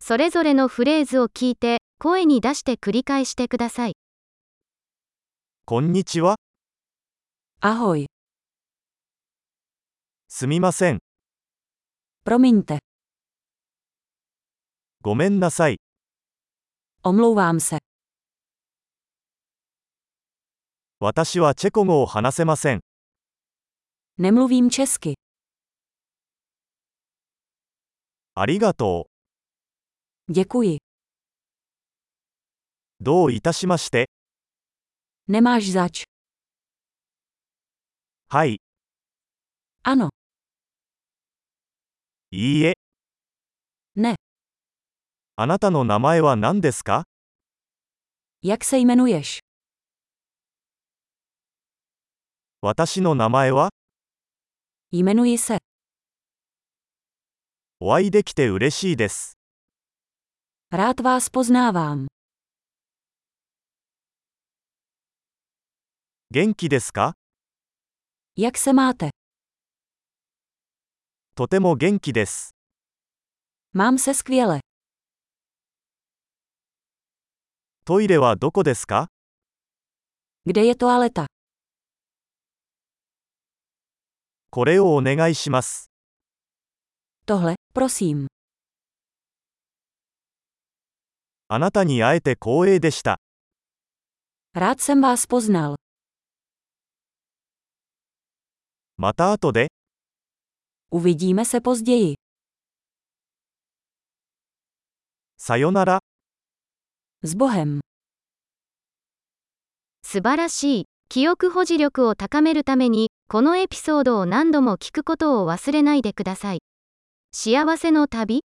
それぞれのフレーズを聞いて、声に出して繰り返してください。こんにちは、 Ahoj, すみません、 promiňte, ごめんなさい、 omlouvám se, 私はチェコ語を話せません、 nemluvím česky, ありがと děkuji, う、どういたしまして、 nemáš zač, はい、 ano, いいえ、 ne, あなたの名前は何ですか jak se jmenuješ, 私の名前は、 jmenuji se, お会いできて嬉しいです。 rád vás poznávám, 元気ですか jak se máte, とても元気です。 mám se skvěle, トイレはどこですか kde je toaleta, これをお願いします。 tohle, prosím, あなたに会えて光栄でした。 rád jsem vás poznal, また後で、 uvidíme se později, さよなら、 s Bohem. 素晴らしい。記憶保持力を高めるために、このエピソードを何度も聞くことを忘れないでください。幸せの旅